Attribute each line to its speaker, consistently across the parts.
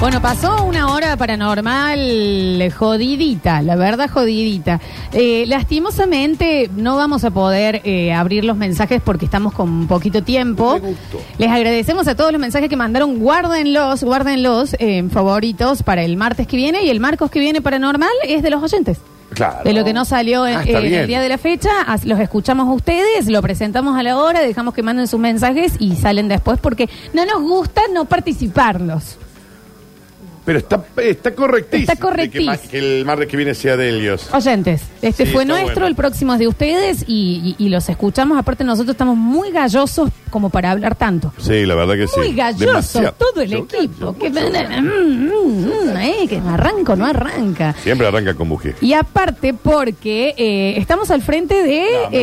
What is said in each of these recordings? Speaker 1: Bueno, pasó una hora paranormal jodidita, la verdad jodidita. Eh, lastimosamente no vamos a poder eh, abrir los mensajes porque estamos con poquito tiempo.
Speaker 2: Me gustó.
Speaker 1: Les agradecemos a todos los mensajes que mandaron, guárdenlos, guárdenlos eh, en favoritos para el martes que viene y el marcos que viene paranormal es de los oyentes.
Speaker 2: Claro.
Speaker 1: De lo que no salió en,
Speaker 2: Ah, está
Speaker 1: en el
Speaker 2: bien.
Speaker 1: día de la fecha, as- los escuchamos a ustedes, lo presentamos a la hora, dejamos que manden sus mensajes y salen después porque no nos gusta no participarlos.
Speaker 2: Pero está, está correctísimo.
Speaker 1: Está correctísimo.
Speaker 2: De Que, ma- que el martes que viene sea de Helios.
Speaker 1: Oyentes, este
Speaker 2: Sí,
Speaker 1: fue
Speaker 2: está
Speaker 1: nuestro,
Speaker 2: bueno.
Speaker 1: el próximo es de ustedes y, y- y los escuchamos. Aparte nosotros estamos muy gallosos como para hablar tanto.
Speaker 2: Sí, la verdad que sí.
Speaker 1: Muy galloso
Speaker 2: Demasiado.
Speaker 1: todo el
Speaker 2: Yo
Speaker 1: equipo.
Speaker 2: gallo,
Speaker 1: Que,
Speaker 2: mucho gallo.
Speaker 1: Mm, mm, mm, eh, que arranco, no arranca.
Speaker 2: Siempre arranca con buje.
Speaker 1: Y aparte porque eh, estamos al frente de
Speaker 2: No, me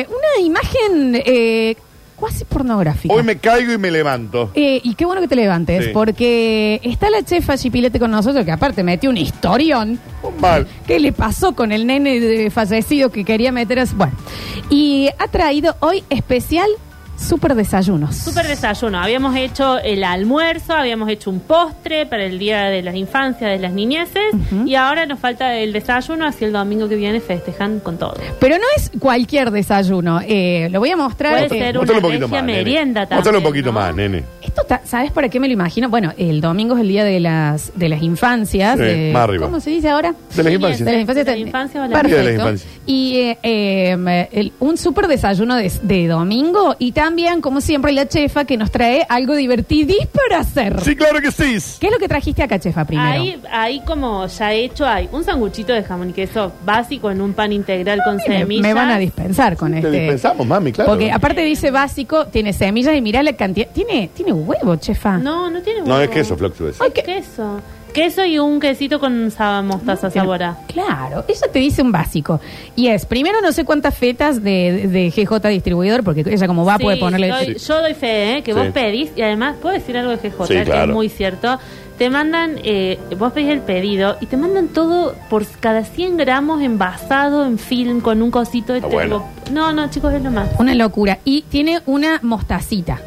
Speaker 1: eh, una imagen eh, cuasi pornográfica.
Speaker 2: Hoy me caigo y me levanto.
Speaker 1: Eh, y qué bueno que te levantes,
Speaker 2: Sí.
Speaker 1: porque está la chefa Chipilete con nosotros, que aparte metió un historión.
Speaker 2: Mal.
Speaker 1: ¿Qué le pasó con el nene de- fallecido que quería meter a su- Bueno, y ha traído hoy especial super desayunos.
Speaker 3: Súper desayuno. Habíamos hecho el almuerzo, habíamos hecho un postre para el día de las infancias, de las niñeces, y ahora nos falta el desayuno, así el domingo que viene festejan con todo.
Speaker 1: Pero no es cualquier desayuno. eh, lo voy a mostrar.
Speaker 3: Puede ser
Speaker 2: Mostralo
Speaker 3: una
Speaker 2: un poquito
Speaker 3: regia
Speaker 2: más. nene.
Speaker 3: merienda también.
Speaker 2: Mostralo un poquito
Speaker 3: ¿no?
Speaker 2: más, nene.
Speaker 1: Esto está- ¿Sabes para qué me lo imagino? Bueno, el domingo es el día de las de las infancias.
Speaker 2: Sí,
Speaker 1: eh,
Speaker 2: más arriba.
Speaker 1: ¿Cómo se dice ahora?
Speaker 2: De las infancias.
Speaker 1: De las infancias.
Speaker 3: De la infancia o la
Speaker 1: Perfecto.
Speaker 2: vida. De la infancia.
Speaker 1: Y eh, eh, el- un súper desayuno de, de domingo y también, como siempre, la chefa que nos trae algo divertidí para hacer.
Speaker 2: Sí, claro que sí.
Speaker 1: ¿Qué es lo que trajiste acá, chefa, primero?
Speaker 3: Ahí, ahí como ya hecho, hay un sanguchito de jamón y queso básico en un pan integral con
Speaker 1: Ay, me-
Speaker 3: semillas.
Speaker 1: Me van a dispensar con
Speaker 2: Te
Speaker 1: este.
Speaker 2: dispensamos, mami, claro.
Speaker 1: Porque aparte dice básico, tiene semillas y mirá la cantidad. Tiene, tiene huevo, chefa.
Speaker 3: No, no tiene
Speaker 2: No,
Speaker 3: huevo.
Speaker 2: es queso, Floxu, es.
Speaker 1: Ay,
Speaker 3: Es queso. Queso y un quesito con sa- mostaza
Speaker 1: Tiene-
Speaker 3: sabora.
Speaker 1: Claro, ella te dice un básico. Y es, primero no sé cuántas fetas de, de GJ distribuidor, porque ella como
Speaker 2: Ah,
Speaker 1: va
Speaker 3: Sí,
Speaker 1: puede ponerle...
Speaker 3: doy- Yo doy fe, ¿eh? que
Speaker 2: Sí.
Speaker 3: vos pedís, y además puedo decir algo de GJ,
Speaker 2: Sí,
Speaker 3: que es
Speaker 2: claro.
Speaker 3: muy cierto. Te mandan, eh, vos pedís el pedido y te mandan todo por cada 100 gramos envasado en film con un cosito de
Speaker 2: Está
Speaker 3: termo-
Speaker 2: bueno.
Speaker 3: No, no, chicos, es lo más.
Speaker 1: Una locura. Y tiene una mostacita.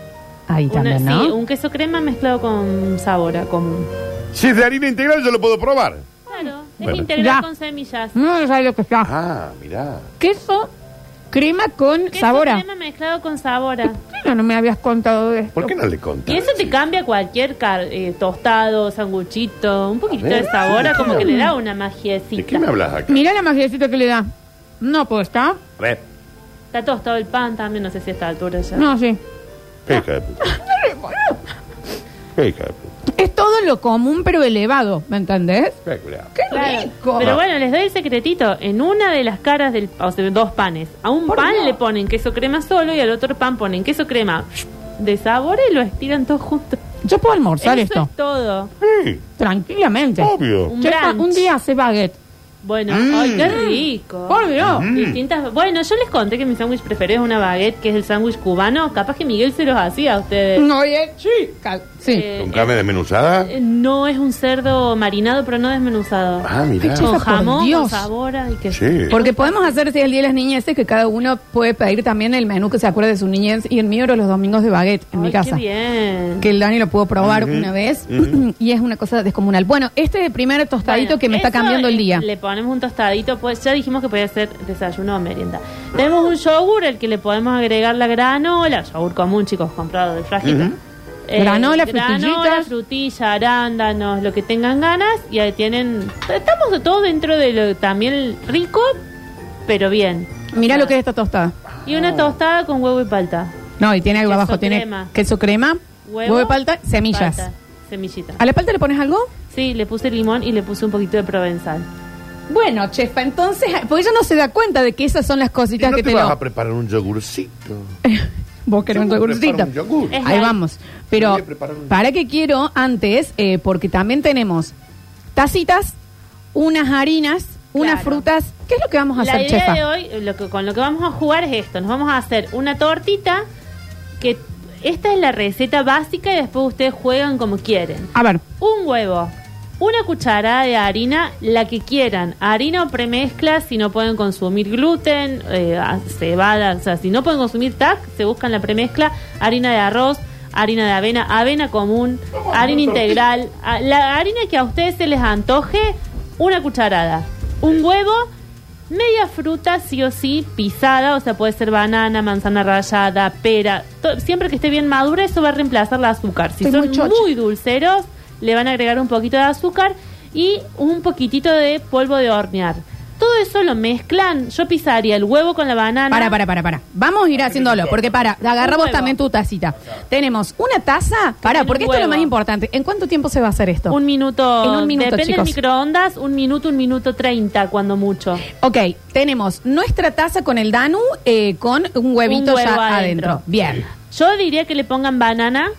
Speaker 1: Ahí
Speaker 3: Una-
Speaker 1: también, ¿no?
Speaker 3: Sí, un queso crema mezclado con sabor a común.
Speaker 2: Si es de harina integral, yo lo puedo probar.
Speaker 3: Claro, es
Speaker 2: Bueno. Mm,
Speaker 3: integral
Speaker 1: Ya.
Speaker 3: con semillas.
Speaker 1: No no sabe lo que está.
Speaker 2: Ah, mirá.
Speaker 1: Queso, crema con
Speaker 3: Queso
Speaker 1: sabor a-
Speaker 3: crema mezclado con sabor a-
Speaker 1: Claro, no me habías contado de esto.
Speaker 2: ¿Por qué no le contás?
Speaker 3: Y eso te
Speaker 2: Sí.
Speaker 3: cambia cualquier car- eh, tostado, sanguchito, un poquito
Speaker 2: ver,
Speaker 3: de sabor a
Speaker 2: sí,
Speaker 3: como
Speaker 2: claro.
Speaker 3: que le da una magiecita.
Speaker 2: ¿De qué me hablas acá?
Speaker 1: Mirá la magiecita que le da. No, pues está.
Speaker 2: A ver,
Speaker 3: Está tostado el pan también, no sé si a esta altura ya.
Speaker 1: No, sí.
Speaker 2: qué hija de puta. Qué hija de puta.
Speaker 1: Es todo lo común, pero elevado, ¿me entendés?
Speaker 2: Qué culiao.
Speaker 1: ¡Qué
Speaker 3: Claro.
Speaker 1: rico!
Speaker 3: Pero bueno, les doy el secretito. En una de las caras del, o sea, dos panes, a un
Speaker 1: Por
Speaker 3: pan
Speaker 1: Dios.
Speaker 3: le ponen queso crema solo y al otro pan ponen queso crema de sabor y lo estiran todo junto.
Speaker 1: Yo puedo
Speaker 3: Eso
Speaker 1: almorzar esto,
Speaker 3: es todo.
Speaker 2: Sí,
Speaker 1: tranquilamente.
Speaker 2: obvio.
Speaker 3: Un
Speaker 1: Chefa,
Speaker 3: brunch.
Speaker 1: un día hace baguette.
Speaker 3: Bueno,
Speaker 2: Mm.
Speaker 3: ay, qué rico. Mm.
Speaker 1: Por Dios.
Speaker 3: Distintas, bueno, yo les conté que mi sándwich preferido es una baguette, que es el sándwich cubano. Capaz que Miguel se los hacía a ustedes.
Speaker 1: No, oye, chica. Sí.
Speaker 3: Eh,
Speaker 2: ¿Con carne desmenuzada?
Speaker 3: eh, no es un cerdo marinado, pero no desmenuzado.
Speaker 2: Ah, mirá.
Speaker 1: Ay,
Speaker 3: con
Speaker 1: por
Speaker 3: jamón, con
Speaker 1: Dios.
Speaker 3: sabor y queso.
Speaker 2: Sí.
Speaker 1: Porque podemos hacer, si es el Día de las Niñeces, que cada uno puede pedir también el menú que se acuerde de su niñez. Y el mío era los domingos de baguette en mi
Speaker 3: Ay,
Speaker 1: casa.
Speaker 3: Qué bien.
Speaker 1: Que el Dani lo pudo probar una vez. y es una cosa descomunal. Bueno, este primer tostadito
Speaker 3: Bueno,
Speaker 1: que me está
Speaker 3: eso
Speaker 1: cambiando el
Speaker 3: es-
Speaker 1: día.
Speaker 3: Le ponemos un tostadito, pues ya dijimos que podía ser desayuno o merienda. Tenemos un yogur, el que le podemos agregar la granola, yogur común, chicos, comprado del frasquito. Eh,
Speaker 1: Granola,
Speaker 3: granola,
Speaker 1: frutillitas.
Speaker 3: frutilla, arándanos, lo que tengan ganas. Y ahí tienen. Estamos de todo dentro de lo también rico, pero bien.
Speaker 1: Mirá lo que es esta tostada.
Speaker 3: Y una tostada con huevo y palta.
Speaker 1: No, y tiene algo
Speaker 3: Queso
Speaker 1: abajo. Tiene
Speaker 3: crema.
Speaker 1: queso crema, huevo, de palta, semillas.
Speaker 3: palta, semillita.
Speaker 1: ¿A la palta le pones algo?
Speaker 3: Sí, le puse limón y le puse un poquito de provenzal.
Speaker 1: Bueno, chefa, entonces, porque ella no se da cuenta de que esas son las
Speaker 2: ¿Y
Speaker 1: cositas
Speaker 2: no
Speaker 1: que
Speaker 2: te
Speaker 1: te
Speaker 2: vas
Speaker 1: lo...
Speaker 2: a preparar un yogurcito?
Speaker 1: Vos querés un
Speaker 2: Yo me
Speaker 1: yogurcito.
Speaker 2: preparo un yogur.
Speaker 3: Es
Speaker 1: Ahí
Speaker 3: light.
Speaker 1: vamos. Pero
Speaker 2: Voy a preparar un-
Speaker 1: para que quiero antes, eh, porque también tenemos tacitas, unas harinas, unas
Speaker 3: Claro.
Speaker 1: frutas. ¿Qué es lo que vamos a
Speaker 3: La
Speaker 1: hacer,
Speaker 3: idea
Speaker 1: chefa?
Speaker 3: de hoy, lo que- con lo que vamos a jugar es esto. Nos vamos a hacer una tortita que esta es la receta básica y después ustedes juegan como quieren.
Speaker 1: A ver,
Speaker 3: Un huevo, una cucharada de harina, la que quieran. Harina o premezcla, si no pueden consumir gluten, eh, a- cebada, o sea, si no pueden consumir tac, se buscan la premezcla, harina de arroz, harina de avena, avena común, harina integral, a- la harina que a ustedes se les antoje, una cucharada, un huevo, media fruta sí o sí, pisada, o sea, puede ser banana, manzana rallada, pera, to- siempre que esté bien madura, eso va a reemplazar la azúcar. Si
Speaker 1: Estoy muy
Speaker 3: son
Speaker 1: chocha.
Speaker 3: muy dulceros, le van a agregar un poquito de azúcar y un poquitito de polvo de hornear. Todo eso lo mezclan. Yo pisaría el huevo con la banana.
Speaker 1: Para, para, para, para. Vamos
Speaker 2: Ah,
Speaker 1: a ir haciéndolo, porque para, agarra
Speaker 3: ¿Ah, Un
Speaker 1: vos
Speaker 3: huevo.
Speaker 1: también tu tacita. Tenemos una taza, para,
Speaker 3: tiene
Speaker 1: porque
Speaker 3: un
Speaker 1: esto es lo
Speaker 3: huevo.
Speaker 1: más importante. ¿En cuánto tiempo se va a hacer esto?
Speaker 3: Un minuto.
Speaker 1: En un minuto,
Speaker 3: Depende del
Speaker 1: chicos.
Speaker 3: microondas, un minuto, un minuto treinta, cuando mucho.
Speaker 1: Ok, tenemos nuestra taza con el Danu eh, con un huevito
Speaker 3: huevo
Speaker 1: ya adentro.
Speaker 3: adentro.
Speaker 1: Bien.
Speaker 3: Yo diría que le pongan banana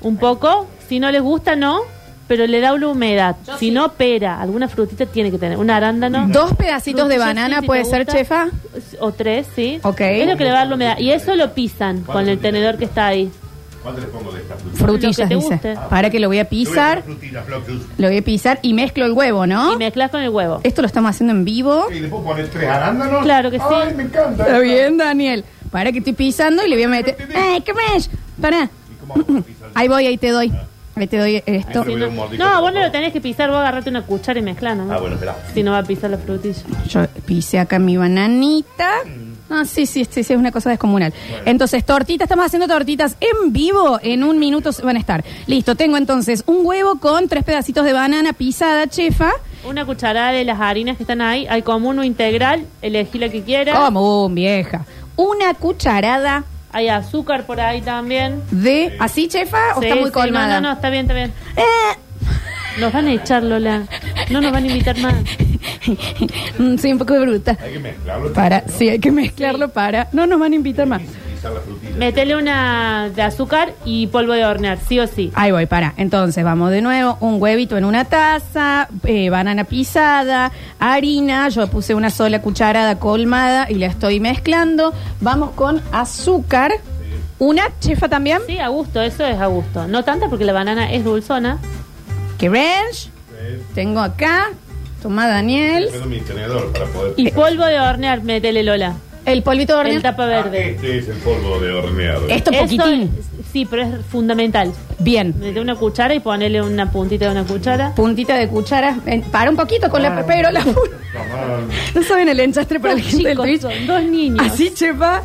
Speaker 3: un poco. Si no les gusta, no. Pero le da una humedad. si no, pera. Alguna frutita tiene que tener. Un arándano.
Speaker 1: Dos pedacitos de
Speaker 3: Frutilla,
Speaker 1: banana
Speaker 3: sí, si
Speaker 1: puede
Speaker 3: te
Speaker 1: ser,
Speaker 3: gusta.
Speaker 1: chefa.
Speaker 3: O tres, sí.
Speaker 1: Ok.
Speaker 3: Es lo que le va a dar la humedad. Y eso lo pisan con el tenedor que está ahí.
Speaker 2: ¿Cuánto les pongo de esta frutilla?
Speaker 1: Frutillas,
Speaker 3: te
Speaker 1: dice.
Speaker 3: guste.
Speaker 1: Para que lo voy a pisar.
Speaker 2: Frutilla, Flocus.
Speaker 1: Lo voy a pisar y mezclo el huevo,
Speaker 3: Y
Speaker 1: ¿no?
Speaker 3: mezclas con el huevo.
Speaker 1: Esto lo estamos haciendo en vivo.
Speaker 2: Y le puedo poner tres arándanos.
Speaker 3: Claro que sí.
Speaker 2: Ay, me encanta.
Speaker 1: Está bien, Daniel. Para que estoy pisando y le voy a meter. ¡Ay, qué mes! Para. Ahí voy, ahí te doy. Ahí te doy este. esto.
Speaker 2: Ahí se ve un mordisco,
Speaker 3: No, vos
Speaker 2: por
Speaker 3: no
Speaker 2: favor.
Speaker 3: lo tenés que pisar, vos agarrate una cuchara y mezcla, ¿no?
Speaker 2: Ah, bueno, espera.
Speaker 3: Si no va a pisar la frutilla.
Speaker 1: Yo pisé acá mi bananita.
Speaker 3: Mm.
Speaker 1: Ah, sí, sí, sí, sí, es una cosa descomunal. Entonces, tortitas, estamos haciendo tortitas en vivo. En un minuto se van a estar. Listo, tengo entonces un huevo con tres pedacitos de banana pisada, chefa.
Speaker 3: Una cucharada de las harinas que están ahí, hay común o integral, elegí la que quieras.
Speaker 1: Como un vieja. Una cucharada
Speaker 3: Hay azúcar por ahí también.
Speaker 1: de. ¿Así, chefa? ¿O
Speaker 3: Sí,
Speaker 1: está muy
Speaker 3: sí,
Speaker 1: colmada?
Speaker 3: No, no, no, está bien, está bien.
Speaker 1: Eh,
Speaker 3: Nos van a echar, Lola. No nos van a invitar más.
Speaker 1: Mm, Soy un poco bruta.
Speaker 2: Hay que mezclarlo.
Speaker 1: Para, sí, hay que mezclarlo para. No nos van a invitar más.
Speaker 2: Pisar la frutilla.
Speaker 3: Metele una de azúcar y polvo de hornear, sí o sí.
Speaker 1: Ahí voy, para. Entonces, vamos de nuevo. Un huevito en una taza, eh, banana pisada, harina. Yo puse una sola cucharada colmada y la estoy mezclando. Vamos con azúcar. ¿Una chefa también?
Speaker 3: Sí, a gusto, eso es a gusto. No tanta porque la banana es dulzona.
Speaker 1: Que ranch.
Speaker 2: Eh,
Speaker 1: Tengo acá. Toma, Daniel.
Speaker 2: Tengo mi tenedor para poder.
Speaker 3: Y polvo de hornear, metele, Lola.
Speaker 1: El polvito de
Speaker 3: El
Speaker 1: Eh. hornear.
Speaker 3: tapa verde.
Speaker 2: Este es el polvo de horneado.
Speaker 1: Esto
Speaker 3: Eso
Speaker 1: poquitín.
Speaker 3: es- sí, pero es fundamental.
Speaker 1: Bien.
Speaker 3: Mete una cuchara y ponele una puntita de una cuchara.
Speaker 1: Puntita de cuchara. Eh, Para un poquito con
Speaker 3: Ah.
Speaker 1: la... Pero la...
Speaker 2: Tomá.
Speaker 1: No saben el enchastre para la gente del
Speaker 3: Chicos,
Speaker 1: Twitch.
Speaker 3: son dos niños.
Speaker 1: Así, chefa.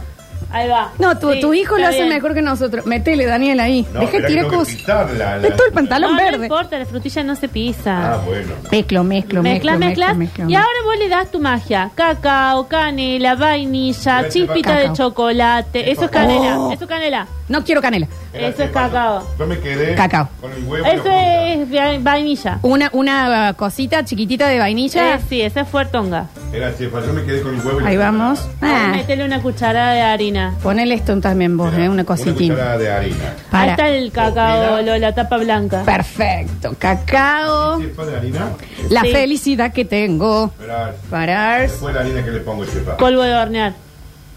Speaker 3: Ahí va.
Speaker 1: No, tu,
Speaker 3: Sí,
Speaker 1: tu hijo lo
Speaker 3: está
Speaker 1: hace
Speaker 3: bien.
Speaker 1: mejor que nosotros. Metele, Daniel, ahí.
Speaker 2: No,
Speaker 1: Deja
Speaker 2: espera,
Speaker 1: tirar
Speaker 2: tengo que
Speaker 1: cosas.
Speaker 2: pisar la- la-
Speaker 1: Está todo el pantalón
Speaker 3: No, no
Speaker 1: verde.
Speaker 3: importa, la frutilla no se pisa.
Speaker 2: Ah, bueno.
Speaker 1: Mezclo, mezclo, mezclo,
Speaker 3: mezclas,
Speaker 1: mezclo,
Speaker 3: mezclas.
Speaker 1: mezclo.
Speaker 3: Y ahora vos le das tu magia. Cacao, canela, vainilla,
Speaker 2: Gracias,
Speaker 3: chispita
Speaker 1: Cacao.
Speaker 3: de chocolate. Eso es canela,
Speaker 1: Oh.
Speaker 3: eso es canela.
Speaker 1: No quiero canela.
Speaker 3: Eso es cacao.
Speaker 2: Yo me quedé
Speaker 1: Cacao.
Speaker 2: con el huevo. y
Speaker 3: Eso
Speaker 2: la
Speaker 3: es va- vainilla.
Speaker 1: Una, una eh, cosita chiquitita de vainilla.
Speaker 3: Eh, sí, esa es fuertonga.
Speaker 2: fruta. Era chefa, yo me quedé con el huevo. y
Speaker 1: Ahí
Speaker 2: la fruta.
Speaker 1: vamos.
Speaker 3: Ahora
Speaker 1: Ah,
Speaker 3: Métele una cucharada de harina.
Speaker 1: ponele esto también vos, eh, una cositita.
Speaker 2: cucharada de harina.
Speaker 3: Ahí
Speaker 1: Para.
Speaker 3: está el cacao,
Speaker 2: Mira.
Speaker 3: lo- la tapa blanca.
Speaker 1: Perfecto.
Speaker 3: Oh.
Speaker 1: Cacao.
Speaker 2: Chefa de harina.
Speaker 1: La
Speaker 3: Sí.
Speaker 1: felicidad que tengo.
Speaker 2: Verás.
Speaker 1: Parar.
Speaker 2: Después la harina que le pongo, chefa.
Speaker 3: Polvo de hornear.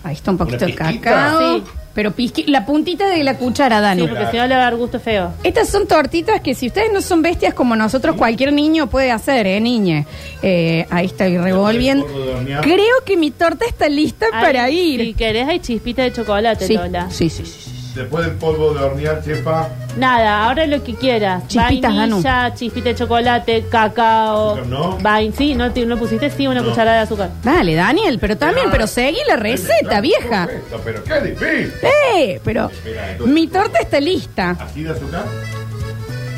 Speaker 1: Ahí está un poquito
Speaker 2: Una
Speaker 1: de
Speaker 2: pizquita.
Speaker 1: cacao.
Speaker 3: Sí.
Speaker 1: Pero pisqui- la puntita de la cuchara,
Speaker 3: Sí,
Speaker 1: Danu.
Speaker 3: porque si no le va a dar gusto feo.
Speaker 1: Estas son tortitas que si ustedes no son bestias como nosotros, cualquier niño puede hacer, ¿eh, niñe? Eh, ahí estoy revolviendo. Creo que mi torta está lista
Speaker 3: Ahí,
Speaker 1: para ir.
Speaker 3: Si querés, hay chispita de chocolate,
Speaker 1: Sí,
Speaker 3: Lola.
Speaker 1: sí, sí, sí, sí.
Speaker 2: Después del polvo de hornear, chefa.
Speaker 3: Nada, ahora lo que quieras.
Speaker 1: Chispitas,
Speaker 3: Vainilla, chispita de chocolate, cacao.
Speaker 2: Azúcar, ¿no?
Speaker 3: Vain, sí, no, te- no pusiste sí una
Speaker 2: No.
Speaker 3: cucharada de azúcar.
Speaker 1: Dale, Daniel, pero también, pero seguí la receta,
Speaker 2: Claro,
Speaker 1: vieja.
Speaker 2: correcto, Pero qué difícil.
Speaker 1: ¡Eh! Pero mi torta está lista.
Speaker 2: Así de azúcar.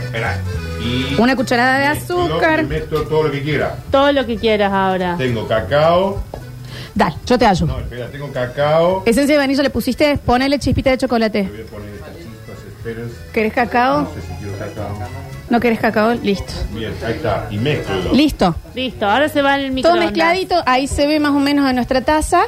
Speaker 2: Espera. Y
Speaker 1: Una cucharada de
Speaker 2: mezclo,
Speaker 1: azúcar.
Speaker 2: y Mezclo todo lo que quiera.
Speaker 3: Todo lo que quieras ahora.
Speaker 2: Tengo cacao.
Speaker 1: Dale, yo te
Speaker 2: No,
Speaker 1: ayudo.
Speaker 2: espera, tengo cacao.
Speaker 1: Esencia de vainilla le pusiste, ponele chispita de
Speaker 2: Le
Speaker 1: chocolate.
Speaker 2: voy a poner estas chispas, esperas.
Speaker 1: ¿Querés cacao?
Speaker 2: No sé si quiero cacao.
Speaker 1: ¿No querés cacao? Listo.
Speaker 2: Bien, ahí está. Y mezclo.
Speaker 1: Listo.
Speaker 3: Listo, ahora se va en el
Speaker 1: Todo
Speaker 3: microondas.
Speaker 1: mezcladito, ahí se ve más o menos a nuestra taza.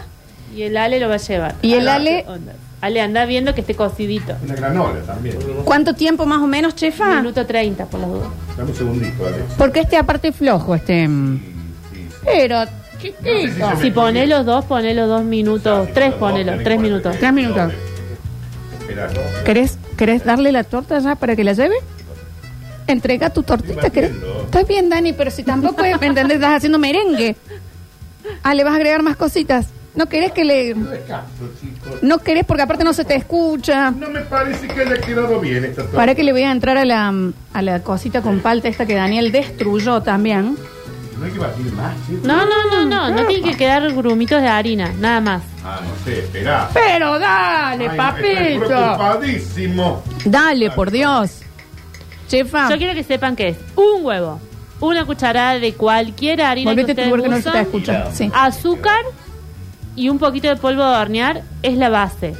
Speaker 3: Y el Ale lo va a llevar.
Speaker 1: Y el Ale-
Speaker 3: Microondas. Ale, anda viendo que esté cocidito.
Speaker 2: Una granola también.
Speaker 1: ¿Cuánto tiempo más o menos, chefa?
Speaker 3: Minuto 30, por las dudas.
Speaker 2: Dame un segundito, Alex.
Speaker 1: Porque este aparte es flojo, este. mm.
Speaker 2: Sí, sí.
Speaker 1: Pero,
Speaker 2: No sé si
Speaker 1: chiquito.
Speaker 2: se me-
Speaker 3: Si poné los dos, poné los dos
Speaker 2: Ah,
Speaker 3: minutos.
Speaker 2: sí,
Speaker 3: Tres,
Speaker 2: los dos
Speaker 3: ponelo.
Speaker 2: tienen
Speaker 3: Tres
Speaker 2: cuarenta
Speaker 3: minutos.
Speaker 2: y
Speaker 1: Tres minutos.
Speaker 2: Espera.
Speaker 1: ¿Querés, ¿Querés darle la torta ya para que la lleve? Entrega tu tortita,
Speaker 2: Estoy
Speaker 1: ¿querés?
Speaker 2: batiendo.
Speaker 1: Estás bien, Dani, pero si tampoco es, ¿me entendés? Estás haciendo merengue. Ah, le vas a agregar más cositas. ¿No querés que le.?
Speaker 2: No descanso, chico.
Speaker 1: No querés porque aparte no se te escucha.
Speaker 2: No me parece que haya quedado bien esta torta.
Speaker 1: Para que le voy a entrar a la, mm, a la cosita con palta esta que Daniel destruyó también.
Speaker 2: No hay que batir más, ¿sí?
Speaker 3: No, no, no, no.
Speaker 1: Ah.
Speaker 3: No tiene que quedar grumitos de harina, nada más.
Speaker 2: Ah, no sé, esperá.
Speaker 1: Pero dale,
Speaker 2: Ay, estoy
Speaker 1: papito.
Speaker 2: preocupadísimo.
Speaker 1: Dale, por Dios. Chefa,
Speaker 3: Yo quiero que sepan que es un huevo, una cucharada de cualquier harina
Speaker 1: volvete
Speaker 3: que
Speaker 1: tú porque
Speaker 3: ustedes
Speaker 1: no se te
Speaker 3: usan,
Speaker 1: escucha. Sí.
Speaker 3: Ah, azúcar y un poquito de polvo de hornear es la base.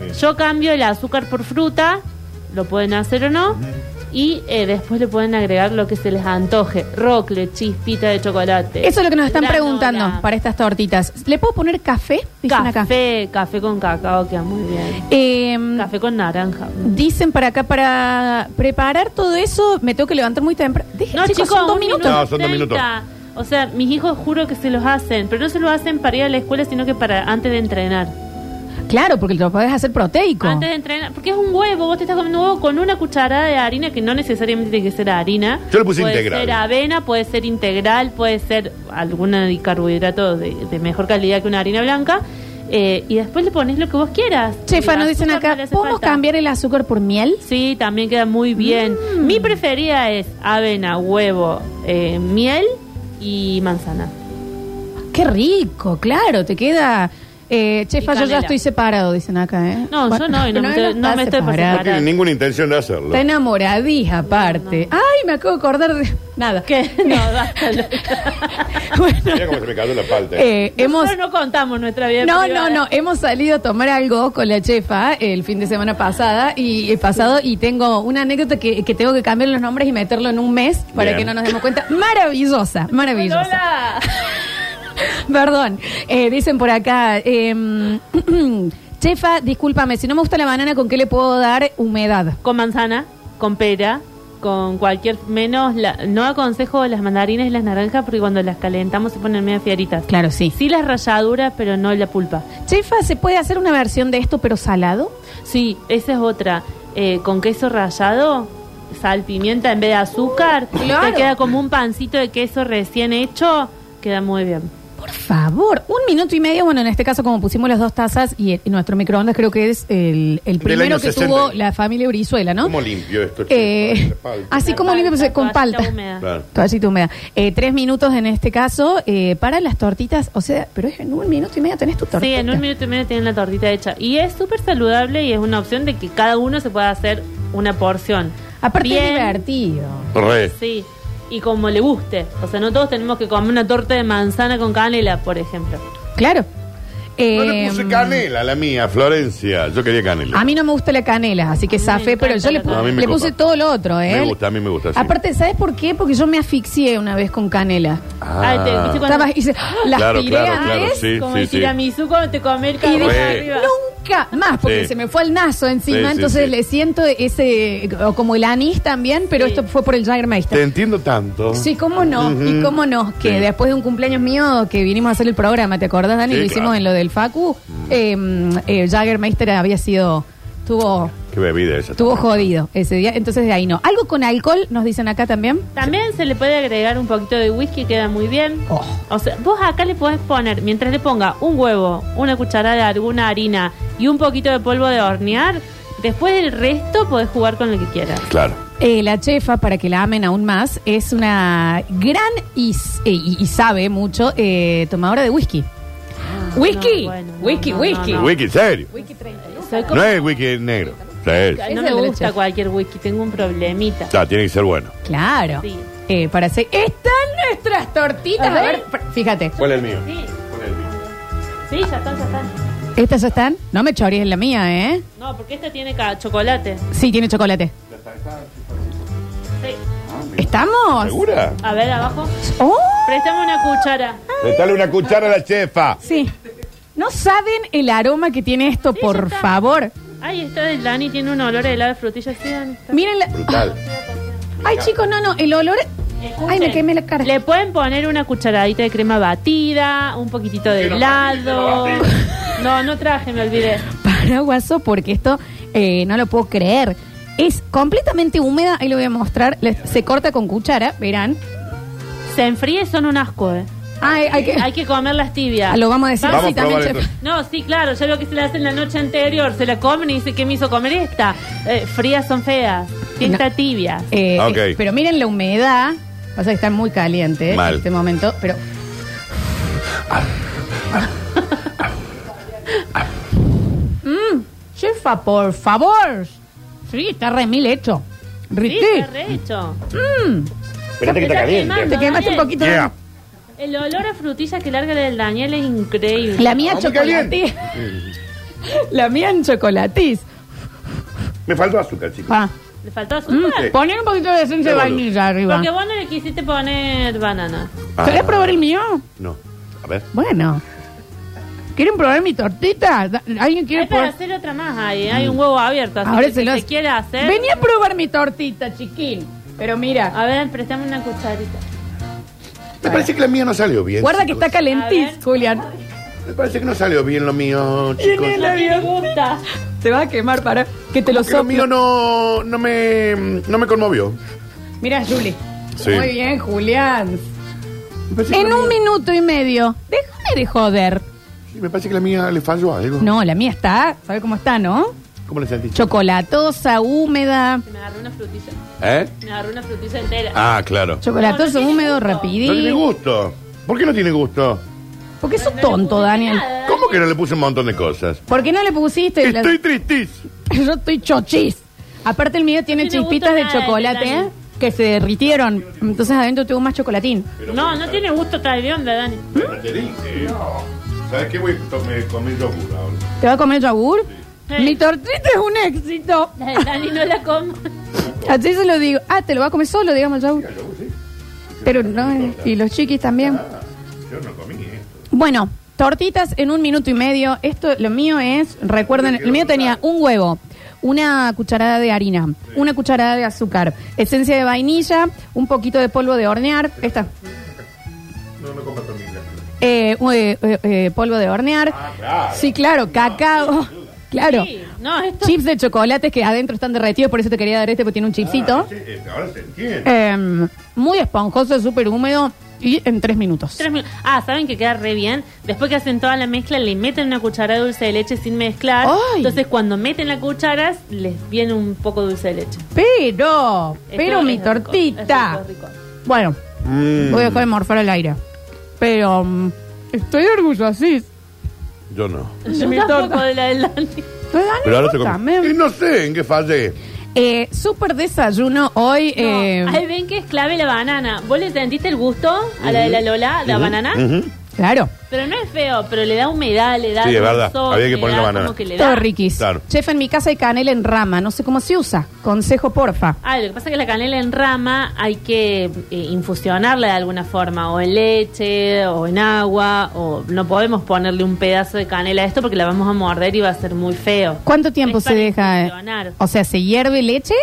Speaker 4: Eh,
Speaker 2: Sí.
Speaker 3: Yo cambio el azúcar por fruta, lo pueden hacer o no, y eh, después le pueden agregar lo que se les antoje, rocle, chispita de chocolate.
Speaker 1: Eso es lo que nos están
Speaker 3: granola,
Speaker 1: preguntando para estas tortitas. ¿Le puedo poner café? Dicen acá.
Speaker 3: Café, café con cacao queda muy bien.
Speaker 1: Em,
Speaker 3: Café con naranja.
Speaker 1: Mm. Dicen para acá, para preparar todo eso, me tengo que levantar muy temprano. Dejen,
Speaker 3: No,
Speaker 1: chicos,
Speaker 3: chicos,
Speaker 1: son dos
Speaker 3: un
Speaker 1: minutos.
Speaker 3: minuto
Speaker 4: No, son dos minutos.
Speaker 3: treinta. O sea, mis hijos juro que se los hacen, pero no se lo hacen para ir a la escuela, sino que para antes de entrenar.
Speaker 1: Claro, porque lo podés hacer proteico.
Speaker 3: Antes de entrenar, porque es un huevo, vos te estás comiendo un huevo con una cucharada de harina que no necesariamente tiene que ser harina.
Speaker 4: Yo le puse
Speaker 3: puede
Speaker 4: integral.
Speaker 3: ser avena, puede ser integral, puede ser algún carbohidrato de, de mejor calidad que una harina blanca. eh, y después le pones lo que vos quieras.
Speaker 1: Chefa,
Speaker 3: El
Speaker 1: nos dicen
Speaker 3: azúcar
Speaker 1: acá,
Speaker 3: no le hace
Speaker 1: ¿podemos
Speaker 3: falta.
Speaker 1: cambiar Mm. el azúcar por miel?
Speaker 3: Sí, también queda muy bien. Mi preferida es avena, huevo, eh, miel y manzana.
Speaker 1: Qué rico, claro, te queda... Eh, chefa, yo ya
Speaker 3: canela.
Speaker 1: estoy separado, dicen acá, ¿eh?
Speaker 3: No, yo no, y no me estoy- no
Speaker 1: está
Speaker 3: me estoy por
Speaker 1: separada.
Speaker 4: No tiene ninguna intención de hacerlo.
Speaker 1: Está enamoradija, aparte. Ay, me acabo de acordar de... Nada.
Speaker 3: ¿Qué? No, bástalo.
Speaker 4: Mira
Speaker 1: bueno,
Speaker 4: cómo se me cayó la palta.
Speaker 1: eh, hemos...
Speaker 3: Nosotros no contamos nuestra vida
Speaker 1: No,
Speaker 3: privada. ¿eh?
Speaker 1: no, no. Hemos salido a tomar algo con la chefa el fin de semana pasada y eh, pasado y tengo una anécdota que, que tengo que cambiar los nombres y meterlo en un mes para
Speaker 4: Bien.
Speaker 1: que no nos demos cuenta. Maravillosa, maravillosa.
Speaker 3: Lola.
Speaker 1: Perdón. Eh, dicen por acá. em, chefa, discúlpame, si no me gusta la banana, ¿con qué le puedo dar humedad?
Speaker 3: Con manzana, con pera, con cualquier menos la- no aconsejo las mandarinas y las naranjas porque cuando las calentamos se ponen medio fieritas.
Speaker 1: Claro, sí.
Speaker 3: Sí las ralladuras, pero no la pulpa.
Speaker 1: Chefa, ¿se puede hacer una versión de esto pero salado?
Speaker 3: Sí, esa es otra. Eh, con queso rallado, sal, pimienta en vez de azúcar,
Speaker 1: Claro.
Speaker 3: te queda como un pancito de queso recién hecho, queda muy bien.
Speaker 1: Por favor, un minuto y medio. Bueno, en este caso, como pusimos las dos tazas y, el- y nuestro microondas, creo que es el,
Speaker 4: Del
Speaker 1: el
Speaker 4: año
Speaker 1: primero que
Speaker 4: 60.
Speaker 1: tuvo la familia Brizuela, ¿no?
Speaker 4: ¿Cómo limpio esto?
Speaker 1: Eh,
Speaker 4: chico? La palta.
Speaker 1: así
Speaker 3: La
Speaker 1: como limpio,
Speaker 3: palta,
Speaker 1: pues, con
Speaker 3: toallita
Speaker 1: palta.
Speaker 3: húmeda.
Speaker 4: Claro.
Speaker 1: Toallita húmeda. Eh, tres minutos en este caso eh, para las tortitas. O sea, pero es en un minuto y medio tenés tu tortita.
Speaker 3: Sí, en un minuto y medio tienen la tortita hecha. Y es súper saludable y es una opción de que cada uno se pueda hacer una porción.
Speaker 1: Aparte es
Speaker 3: Bien,
Speaker 1: divertido.
Speaker 4: Re.
Speaker 3: Sí, y como le guste. O sea, no todos tenemos que comer una torta de manzana con canela, por ejemplo.
Speaker 1: Claro.
Speaker 4: No le
Speaker 1: Eh,
Speaker 4: puse canela a la mía, Florencia. Yo quería canela.
Speaker 1: A mí no me gusta la canela, así que
Speaker 3: A mí me
Speaker 1: zafé, pero yo
Speaker 3: encanta
Speaker 1: le,
Speaker 3: la canela.
Speaker 4: A mí me
Speaker 1: le puse
Speaker 4: copa.
Speaker 1: todo lo otro, ¿eh?
Speaker 4: Me gusta, a mí me gusta. sí.
Speaker 1: Aparte, ¿sabes por qué? Porque yo me asfixié una vez con canela.
Speaker 4: Ah.
Speaker 3: Ah, te- ¿viste cuando-
Speaker 1: Estaba y se, las
Speaker 4: Claro,
Speaker 1: tiré
Speaker 4: claro, claro,
Speaker 1: antes
Speaker 4: sí,
Speaker 3: como
Speaker 4: sí,
Speaker 3: el
Speaker 4: sí.
Speaker 3: tiramisú cuando te come el
Speaker 1: y
Speaker 3: cabello
Speaker 4: Re.
Speaker 1: dije,
Speaker 3: arriba.
Speaker 1: nunca más, porque
Speaker 4: Sí.
Speaker 1: se me fue el nazo encima,
Speaker 4: Sí, sí,
Speaker 1: entonces
Speaker 4: sí.
Speaker 1: le siento ese, o como el anís también, pero
Speaker 3: Sí.
Speaker 1: esto fue por el
Speaker 4: Te
Speaker 1: Jagermeister.
Speaker 4: entiendo tanto.
Speaker 1: Sí, cómo no, y
Speaker 4: Ujú.
Speaker 1: cómo no, que
Speaker 4: Sí.
Speaker 1: después de un cumpleaños mío que vinimos a hacer el programa, ¿te acordás, Dani?
Speaker 4: Sí,
Speaker 1: lo hicimos
Speaker 4: claro. Mm.
Speaker 1: en lo del Facu. Eh, eh, Jagermeister había sido, tuvo,
Speaker 4: Qué bebida esa.
Speaker 1: tuvo
Speaker 4: también.
Speaker 1: jodido ese día, entonces de ahí no. ¿Algo con alcohol nos dicen acá también?
Speaker 3: También se le puede agregar un poquito de whisky, queda muy bien.
Speaker 1: Oh.
Speaker 3: O sea, vos acá le podés poner, mientras le ponga un huevo, una cucharada de alguna harina y un poquito de polvo de hornear, después del resto podés jugar con lo que quieras.
Speaker 4: Claro.
Speaker 1: Eh, la chefa, para que la amen aún más, es una gran y, s- eh, y- y sabe mucho eh, tomadora de whisky. whisky,
Speaker 3: Ah, no, bueno, no,
Speaker 1: whisky,
Speaker 3: no, no,
Speaker 1: whisky.
Speaker 3: no.
Speaker 4: Wiki, serio.
Speaker 3: Soy como-
Speaker 4: No es wiki negro. Sí.
Speaker 3: Ay,
Speaker 1: Esa
Speaker 3: no
Speaker 1: es
Speaker 3: me
Speaker 1: la
Speaker 3: gusta
Speaker 1: leche.
Speaker 3: cualquier whisky, tengo un problemita.
Speaker 4: Ya, tiene que ser bueno.
Speaker 1: Claro.
Speaker 3: Sí.
Speaker 1: Eh, para hacer. Están nuestras tortitas.
Speaker 3: A
Speaker 1: A
Speaker 3: ver.
Speaker 1: ver, pr- fíjate.
Speaker 4: ¿Cuál es el mío?
Speaker 3: Sí,
Speaker 4: ¿Cuál es el mío?
Speaker 3: sí, ya están, ya están.
Speaker 1: Estas ya están. No me chories la mía, ¿eh?
Speaker 3: No, porque esta tiene ca- chocolate.
Speaker 1: Sí, tiene chocolate.
Speaker 3: Sí.
Speaker 1: ¿Estamos?
Speaker 4: ¿Segura?
Speaker 3: A ver, abajo.
Speaker 1: ¡Oh!
Speaker 3: Préstame una cuchara.
Speaker 4: Dale una cuchara a la chefa.
Speaker 1: Sí. ¿No saben el aroma que tiene esto,
Speaker 3: Sí, ya
Speaker 1: por
Speaker 3: está.
Speaker 1: favor?
Speaker 3: Ay, esta del Dani tiene un olor a helado de frutilla. Sí, Dani, está.
Speaker 1: Miren la.
Speaker 4: Brutal.
Speaker 1: Ah. Ay, chicos, no, no. El olor. Ay, me
Speaker 3: Escuchen,
Speaker 1: quemé la cara.
Speaker 3: Le pueden poner una cucharadita de crema batida, un poquitito de
Speaker 2: Quiero
Speaker 3: helado.
Speaker 2: batida,
Speaker 3: No, no traje, me olvidé.
Speaker 1: paraguaso porque esto eh, no lo puedo creer. Es completamente húmeda, ahí lo voy a mostrar. Les- se corta con cuchara, verán.
Speaker 3: Se enfríe, son un asco, ¿eh?
Speaker 1: Ay, hay que,
Speaker 3: Hay que comerlas tibias.
Speaker 1: Ah, lo vamos a decir
Speaker 4: Vamos
Speaker 1: así
Speaker 4: a probar
Speaker 1: también,
Speaker 4: esto.
Speaker 1: chef.
Speaker 3: No, sí, claro, ya veo que se la hacen la noche anterior, se la comen y dice, ¿qué me hizo comer esta? Eh, frías son feas, fiesta
Speaker 1: No.
Speaker 3: tibia.
Speaker 1: Eh,
Speaker 4: Ah, Ok.
Speaker 1: eh, Pero miren la humedad. Pasa que está muy caliente eh,
Speaker 4: Mal.
Speaker 1: en este momento, pero Mm, Chefa, por favor. Sí, está re mil hecho.
Speaker 3: Sí,
Speaker 1: Riquí.
Speaker 3: está re hecho.
Speaker 4: este
Speaker 5: Espérate que está
Speaker 3: Está
Speaker 5: caliente.
Speaker 3: quemando.
Speaker 1: Te quemaste un poquito. de-
Speaker 4: Yeah.
Speaker 3: El olor a frutilla que larga del Daniel es increíble.
Speaker 1: La mía
Speaker 4: Ah, muy
Speaker 1: chocolatiz. La mía en chocolatiz.
Speaker 4: Me faltó azúcar, chicos.
Speaker 1: Pa.
Speaker 3: Le faltó azúcar.
Speaker 1: Mm, Poner un poquito de esencia de
Speaker 4: Qué boludo.
Speaker 1: vainilla arriba.
Speaker 3: Porque vos no le quisiste poner banana.
Speaker 4: Ah,
Speaker 1: ¿Querés probar el mío?
Speaker 4: No. A ver.
Speaker 1: Bueno. ¿Quieren probar mi tortita? Da- ¿Alguien quiere
Speaker 3: Hay para
Speaker 1: probar?
Speaker 3: hacer otra más ahí, ¿eh? hay un huevo abierto. Así
Speaker 1: Ahora
Speaker 3: que
Speaker 1: se
Speaker 3: si
Speaker 1: lo
Speaker 3: se
Speaker 1: hace.
Speaker 3: quiere hacer. Ah.
Speaker 1: Vení a probar mi tortita, chiquín. Pero mira,
Speaker 3: A ver, préstame una cucharita.
Speaker 4: Me parece que la mía no salió bien.
Speaker 1: guarda que
Speaker 4: chicos.
Speaker 1: está
Speaker 3: A
Speaker 1: calentiz,
Speaker 3: ver.
Speaker 1: Julián.
Speaker 4: Me parece que no salió bien lo mío, chicos.
Speaker 1: Tiene la
Speaker 3: No me
Speaker 1: vida.
Speaker 3: gusta.
Speaker 1: Te vas a quemar para que te lo
Speaker 4: Porque lo
Speaker 1: soplo.
Speaker 4: mío no, no, me, no me conmovió.
Speaker 1: Mira, Juli.
Speaker 4: Sí.
Speaker 1: Muy bien, Julián.
Speaker 4: Me parece que
Speaker 1: En
Speaker 4: la
Speaker 1: un
Speaker 4: mía-
Speaker 1: minuto y medio. Déjame de joder.
Speaker 4: sí, Me parece que la mía le falló algo.
Speaker 1: No, la mía está, ¿sabe cómo está, no?
Speaker 4: ¿Cómo le sentiste?
Speaker 1: Chocolatosa, húmeda.
Speaker 3: Me agarró una frutilla.
Speaker 4: ¿Eh?
Speaker 3: Me agarró una frutilla entera.
Speaker 4: Ah, claro.
Speaker 1: Chocolatoso,
Speaker 3: No, no tiene
Speaker 1: húmedo,
Speaker 3: gusto.
Speaker 4: No tiene
Speaker 1: rapidito.
Speaker 4: gusto. ¿Por qué no tiene gusto?
Speaker 1: ¿Por qué sos
Speaker 3: No le
Speaker 1: tonto,
Speaker 3: puse
Speaker 1: Daniel?
Speaker 3: nada. ¿eh?
Speaker 4: ¿Cómo que no le puse un montón de cosas?
Speaker 1: ¿Por qué no le pusiste? la-
Speaker 4: Estoy tristísimo.
Speaker 1: Yo estoy chochis. Aparte el mío tiene
Speaker 3: No tiene
Speaker 1: chispitas
Speaker 3: gusto
Speaker 1: de
Speaker 3: nada,
Speaker 1: chocolate
Speaker 3: Dani.
Speaker 1: ¿eh? que se derritieron. Entonces adentro tuvo más chocolatín.
Speaker 3: No, no tiene gusto esta de onda, Dani.
Speaker 2: Ya Te dije. ¿Sabes qué? Voy a comer, comer yogur ahora.
Speaker 1: ¿Te va a comer yogur?
Speaker 3: Sí.
Speaker 1: Mi tortita es un éxito.
Speaker 3: La de Dani no la como.
Speaker 1: Así se lo digo. Ah, te lo va a comer solo, digamos, el yogur.
Speaker 2: Yogur, sí.
Speaker 1: Pero no, eh, y los chiquis también.
Speaker 2: Ah, yo no comí esto.
Speaker 1: Bueno, tortitas en un minuto y medio. Esto, lo mío es, recuerden, el mío tenía un huevo, una cucharada de harina, una cucharada de azúcar, esencia de vainilla, un poquito de polvo de hornear, esta,
Speaker 2: No, no comparto mi grasa.
Speaker 1: eh, u- eh, eh, eh, polvo de hornear.
Speaker 2: Ah, claro.
Speaker 1: Sí, claro, cacao. Claro.
Speaker 3: Sí, no, esto.
Speaker 1: Chips de chocolates que adentro están derretidos, por eso te quería dar este porque tiene un chipsito.
Speaker 2: Ah, sí, eh,
Speaker 4: este,
Speaker 2: ahora se entiende.
Speaker 1: Em, muy esponjoso, súper húmedo y en tres minutos.
Speaker 3: Tres mil- Ah, ¿saben que queda re bien? Después que hacen toda la mezcla, le meten una cuchara de dulce de leche sin mezclar.
Speaker 1: ¡Ay!
Speaker 3: Entonces, cuando meten la cuchara, les viene un poco de dulce de leche.
Speaker 1: Pero,
Speaker 3: Esto
Speaker 1: pero
Speaker 3: es
Speaker 1: mi
Speaker 3: rico,
Speaker 1: tortita.
Speaker 3: es rico, es rico.
Speaker 1: Bueno,
Speaker 4: Mm,
Speaker 1: voy a dejar de morfar al aire. Pero mm, estoy orgullosa, sí.
Speaker 4: Yo
Speaker 1: Ah,
Speaker 4: no.
Speaker 3: Yo
Speaker 1: mi
Speaker 3: tampoco
Speaker 1: torta.
Speaker 3: de la del Dani.
Speaker 1: Pero Dani,
Speaker 4: Pero ahora
Speaker 1: vos
Speaker 4: te comí. Y
Speaker 1: también.
Speaker 4: no sé en qué fallé.
Speaker 1: Eh, súper desayuno hoy. eh,
Speaker 3: No, ahí ven que es clave la banana. ¿Vos le sentiste el gusto a la de la Lola,
Speaker 4: ¿Mm?
Speaker 3: la banana?
Speaker 4: Ujú.
Speaker 1: claro,
Speaker 3: Pero no es feo, pero le da humedad, le da.
Speaker 4: Sí, es verdad.
Speaker 3: dulzor,
Speaker 4: Había que
Speaker 3: le
Speaker 4: poner
Speaker 3: da
Speaker 4: la banana.
Speaker 3: como que le da.
Speaker 1: todo riquis.
Speaker 4: Claro.
Speaker 1: Chef, en mi casa hay canela en rama. No sé cómo se usa. Consejo, porfa.
Speaker 3: Ah, lo que pasa es que la canela en rama hay que eh, infusionarla de alguna forma, o en leche, o en agua, o no podemos ponerle un pedazo de canela a esto porque la vamos a morder y va a ser muy feo.
Speaker 1: ¿Cuánto tiempo
Speaker 3: Es
Speaker 1: se
Speaker 3: para
Speaker 1: deja? eh?
Speaker 3: infusionar.
Speaker 1: O sea, ¿se hierve leche?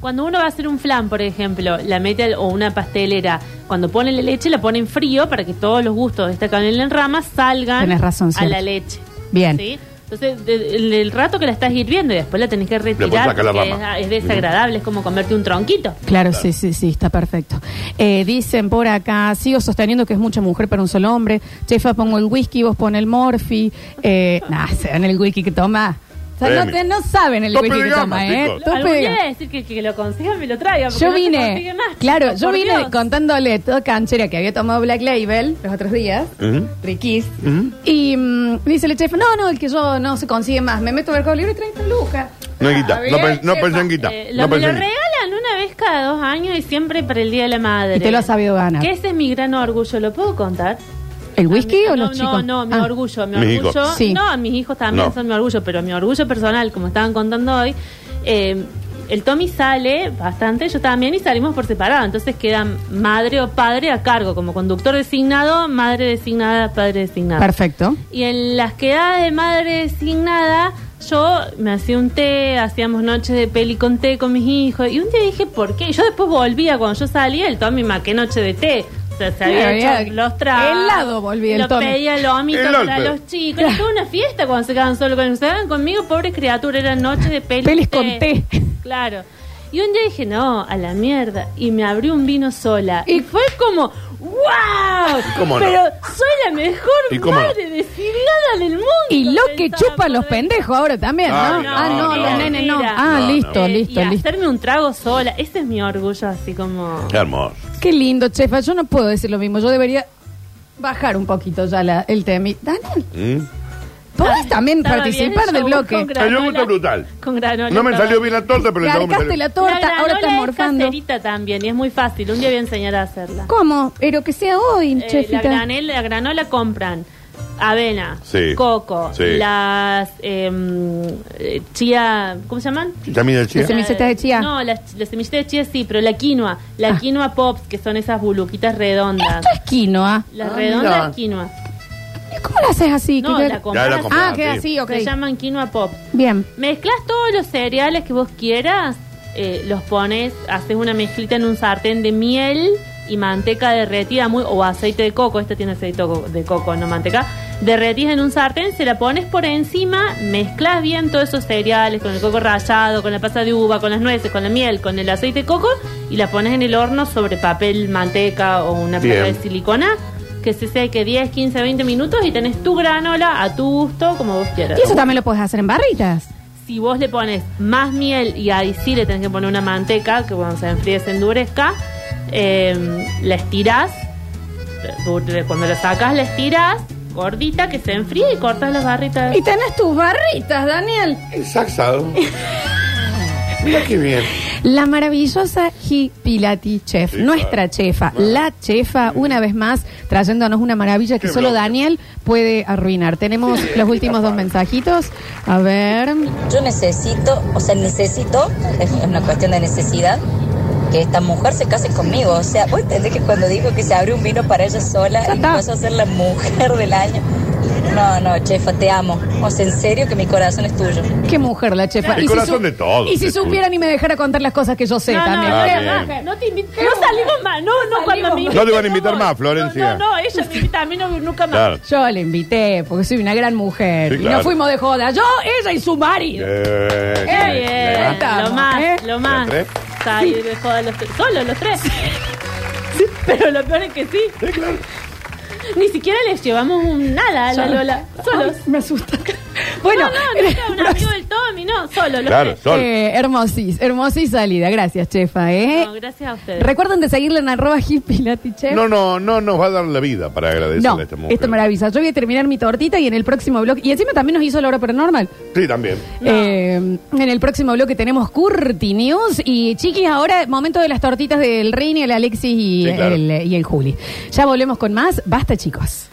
Speaker 3: Cuando uno va a hacer un flan, por ejemplo, la mete al- o una pastelera, cuando pone la leche la pone en frío para que todos los gustos de esta canela en rama salgan
Speaker 1: Tenés razón,
Speaker 3: a
Speaker 1: cierto.
Speaker 3: la leche.
Speaker 1: Bien.
Speaker 3: ¿Sí? Entonces, de- el, el rato que la estás hirviendo y después la tenés que retirar,
Speaker 4: sacar la
Speaker 3: porque
Speaker 4: rama.
Speaker 3: es, es desagradable, es como comerte un tronquito.
Speaker 1: Claro, sí, sí, sí, está perfecto. Eh, dicen por acá, sigo sosteniendo que es mucha mujer para un solo hombre. Chefa, pongo el whisky, vos pon el morfi. Eh, nah, se dan el whisky que toma. O sea, no,
Speaker 4: Premio.
Speaker 1: te- no saben el
Speaker 4: Tope
Speaker 1: whisky
Speaker 4: de
Speaker 1: que
Speaker 4: gama,
Speaker 1: toma, ¿eh?
Speaker 4: chicos.
Speaker 1: Tope
Speaker 3: Algún
Speaker 1: de
Speaker 3: día
Speaker 1: gama.
Speaker 3: decir que, que lo consiga me lo traiga. porque
Speaker 1: Yo
Speaker 3: no se
Speaker 1: vine,
Speaker 3: consigue más,
Speaker 1: claro,
Speaker 3: chicos,
Speaker 1: yo
Speaker 3: por
Speaker 1: vine
Speaker 3: Dios.
Speaker 1: contándole todo canchera que había tomado Black Label los otros días,
Speaker 4: Ujú.
Speaker 1: riquís,
Speaker 4: Ujú.
Speaker 1: y mm, dice el chef, no, no, el que yo no se consigue más, me meto al libre y 30 lucas.
Speaker 4: No en guita.
Speaker 1: Ah,
Speaker 4: No,
Speaker 1: bien,
Speaker 4: pen- no
Speaker 1: chefa.
Speaker 4: pensé en guita.
Speaker 3: Eh,
Speaker 4: No
Speaker 3: lo, me
Speaker 4: pensé
Speaker 3: lo
Speaker 4: en guita.
Speaker 3: regalan una vez cada dos años y siempre para el Día de la Madre.
Speaker 1: Y te lo has sabido ganar.
Speaker 3: Que ese es mi gran orgullo, ¿lo puedo contar?
Speaker 1: ¿El whisky
Speaker 3: A
Speaker 1: o
Speaker 3: mí-
Speaker 1: los
Speaker 3: no,
Speaker 1: chicos?
Speaker 3: No, no, mi
Speaker 1: Ah.
Speaker 3: orgullo, mi
Speaker 4: Mis
Speaker 3: orgullo.
Speaker 1: hijos. Sí.
Speaker 3: No, mis hijos también
Speaker 4: No.
Speaker 3: son mi orgullo, pero mi orgullo personal, como estaban contando hoy, eh, el Tommy sale bastante, yo también, y salimos por separado. Entonces quedan madre o padre a cargo, como conductor designado, madre designada, padre
Speaker 1: Ah.
Speaker 3: designado.
Speaker 1: Perfecto.
Speaker 3: Y en las quedadas de madre designada, yo me hacía un té, hacíamos noches de peli con té con mis hijos. Y un día dije, ¿por qué? Y Yo después volvía, cuando yo salía, el Tommy, ma, qué noche de té. O sea, se había
Speaker 1: Había
Speaker 3: hecho los tragos.
Speaker 1: helado volvía el
Speaker 3: Lo
Speaker 1: Tommy.
Speaker 3: pedía lomito
Speaker 4: El
Speaker 3: para
Speaker 4: Alfred.
Speaker 3: los chicos. Era toda una fiesta cuando se quedaban solos con Se quedaban conmigo, pobre criatura, eran noches de peli
Speaker 1: Pelis con té.
Speaker 3: Claro. Y un día dije, no, a la mierda. Y me abrió un vino sola. Y fue como, ¡Wow!
Speaker 4: cómo no?
Speaker 3: Pero soy la mejor
Speaker 4: ¿Y cómo no?
Speaker 3: madre desfilada del mundo.
Speaker 1: Y lo que
Speaker 3: pensaba
Speaker 1: chupan los
Speaker 3: por dentro.
Speaker 1: pendejos ahora también, ¿no?
Speaker 4: Ah,
Speaker 1: ah, no,
Speaker 4: no,
Speaker 1: los
Speaker 4: no.
Speaker 1: nenes no.
Speaker 3: Mira.
Speaker 1: Ah,
Speaker 4: No, no.
Speaker 1: listo,
Speaker 3: Y-
Speaker 1: listo,
Speaker 3: Eh, y
Speaker 1: listo.
Speaker 3: hacerme un trago sola. Ese es mi orgullo, así como.
Speaker 4: Qué hermoso.
Speaker 1: Qué lindo, chefa. Yo no puedo decir lo mismo. Yo debería bajar un poquito ya la- el tema. Y- Daniel,
Speaker 4: ¿Mm?
Speaker 1: podés también
Speaker 3: Estaba bien
Speaker 1: participar
Speaker 3: el
Speaker 1: del
Speaker 3: yogur
Speaker 1: bloque.
Speaker 3: con granola.
Speaker 4: El yogur está brutal.
Speaker 3: Con granola.
Speaker 4: No me
Speaker 3: estaba-
Speaker 4: salió bien la torta, pero
Speaker 1: Te
Speaker 4: el yogur me
Speaker 1: arcaste
Speaker 4: salió.
Speaker 1: la torta,
Speaker 3: La
Speaker 1: ahora
Speaker 3: granola
Speaker 1: estás
Speaker 3: es
Speaker 1: morfando.
Speaker 3: caserita también y es muy fácil. Un día voy a enseñar a hacerla.
Speaker 1: ¿Cómo? Pero que sea hoy,
Speaker 3: Eh, la,
Speaker 1: chefita.
Speaker 3: granel- la granola compran avena,
Speaker 4: Sí.
Speaker 3: coco,
Speaker 4: Sí.
Speaker 3: las em, eh, chía, ¿cómo se llaman?
Speaker 4: Vitamina de chía.
Speaker 1: Las semillitas de chía. Ah.
Speaker 3: No, las, las semillitas de chía sí, pero la quinoa, la quinoa pops, que son esas buluquitas redondas.
Speaker 1: Esto es quinoa.
Speaker 3: La
Speaker 4: Ah,
Speaker 3: redonda
Speaker 4: mira.
Speaker 3: es quinoa.
Speaker 1: ¿Cómo lo haces así?
Speaker 3: No,
Speaker 1: Que-
Speaker 3: la
Speaker 4: Ya la
Speaker 3: compras.
Speaker 4: compré.
Speaker 1: ah,
Speaker 4: Ah,
Speaker 1: queda
Speaker 4: sí.
Speaker 1: así, ok.
Speaker 3: Se llaman quinoa pop.
Speaker 1: Bien.
Speaker 3: Mezclas todos los cereales que vos quieras, eh, los pones, haces una mezclita en un sartén de miel y manteca derretida muy, o aceite de coco, esta tiene aceite de coco, de coco, no manteca, derretís en un sartén, se la pones por encima, mezclas bien todos esos cereales con el coco rallado, con la pasa de uva, con las nueces, con la miel, con el aceite de coco y la pones en el horno sobre papel, manteca o una
Speaker 4: Bien.
Speaker 3: placa de silicona. Que se seque 10, 15, 20 minutos y tenés tu granola a tu gusto, como vos quieras.
Speaker 1: Y eso también lo puedes hacer en barritas.
Speaker 3: Si vos le pones más miel y ahí sí le tenés que poner una manteca, que cuando se enfríe se endurezca, eh, la estirás, dur- cuando la sacas la estirás, gordita, que se enfríe y cortas las barritas.
Speaker 1: Y tenés tus barritas, Daniel.
Speaker 4: Exacto. Mira qué bien.
Speaker 1: La maravillosa Gipilati Chef,
Speaker 4: Sí,
Speaker 1: nuestra
Speaker 4: claro.
Speaker 1: chefa, la chefa, una vez más, trayéndonos una maravilla que
Speaker 4: Qué
Speaker 1: solo
Speaker 4: bloque.
Speaker 1: Daniel puede arruinar. Tenemos los últimos dos mensajitos. A ver.
Speaker 6: Yo necesito, o sea, necesito, es una cuestión de necesidad, que esta mujer se case conmigo. O sea, vos entendés que cuando digo que se abrió un vino para ella
Speaker 1: Ya
Speaker 6: sola y
Speaker 1: está.
Speaker 6: pasó a ser la mujer del año. No, no, chefa, te amo. O sea, en serio que mi corazón es tuyo.
Speaker 1: Qué mujer la chefa.
Speaker 4: El corazón de todos,
Speaker 1: Y si
Speaker 4: es tuyo.
Speaker 1: supieran y me dejara contar las cosas que yo sé
Speaker 3: no,
Speaker 1: también.
Speaker 3: no,
Speaker 4: Ah,
Speaker 3: no,
Speaker 4: bien.
Speaker 3: Rafa, no te invito, no salimos más, no, no, cuando me
Speaker 1: No
Speaker 4: te
Speaker 3: invitan,
Speaker 4: van a invitar
Speaker 3: no
Speaker 4: más,
Speaker 3: voy.
Speaker 4: Florencia.
Speaker 3: No, no, no, ella me invita a mí no, nunca más.
Speaker 4: Claro.
Speaker 1: Yo la invité porque soy una gran mujer.
Speaker 4: Sí,
Speaker 1: Y no
Speaker 4: claro.
Speaker 1: fuimos de joda. Yo, ella y su marido.
Speaker 4: Eh,
Speaker 3: Qué
Speaker 1: Eh,
Speaker 4: eh,
Speaker 1: ahí
Speaker 3: bien,
Speaker 1: estamos,
Speaker 3: lo más,
Speaker 1: ¿eh?
Speaker 3: lo más.
Speaker 4: ¿Los tres?
Speaker 3: Salir de joda los tres, solo los tres. Pero lo peor es que sí.
Speaker 4: eh, claro.
Speaker 3: Ni siquiera les llevamos un nada a la Lola. Solos.
Speaker 1: Ay, me asusta. Bueno,
Speaker 3: No, no, nunca un amigo del Tommy, no, solo. los
Speaker 4: Claro,
Speaker 3: tres.
Speaker 4: sol.
Speaker 1: eh, hermosis, hermosis salida. Gracias, chefa. ¿eh?
Speaker 3: No, gracias a ustedes.
Speaker 1: Recuerden de seguirle en arroba hipilatichef.
Speaker 4: No, no, no nos va a dar la vida para agradecerle
Speaker 1: No,
Speaker 4: a esta mujer.
Speaker 1: esto me avisa. Yo voy a terminar mi tortita y en el próximo blog. Y encima también nos hizo la hora paranormal.
Speaker 4: Sí, también.
Speaker 1: Eh, en el próximo bloque tenemos Curti News. Y chiquis, ahora momento de las tortitas del Rini, el Alexis y,
Speaker 4: Sí, claro.
Speaker 1: el, y el Juli. Ya volvemos con más. Basta, chicos.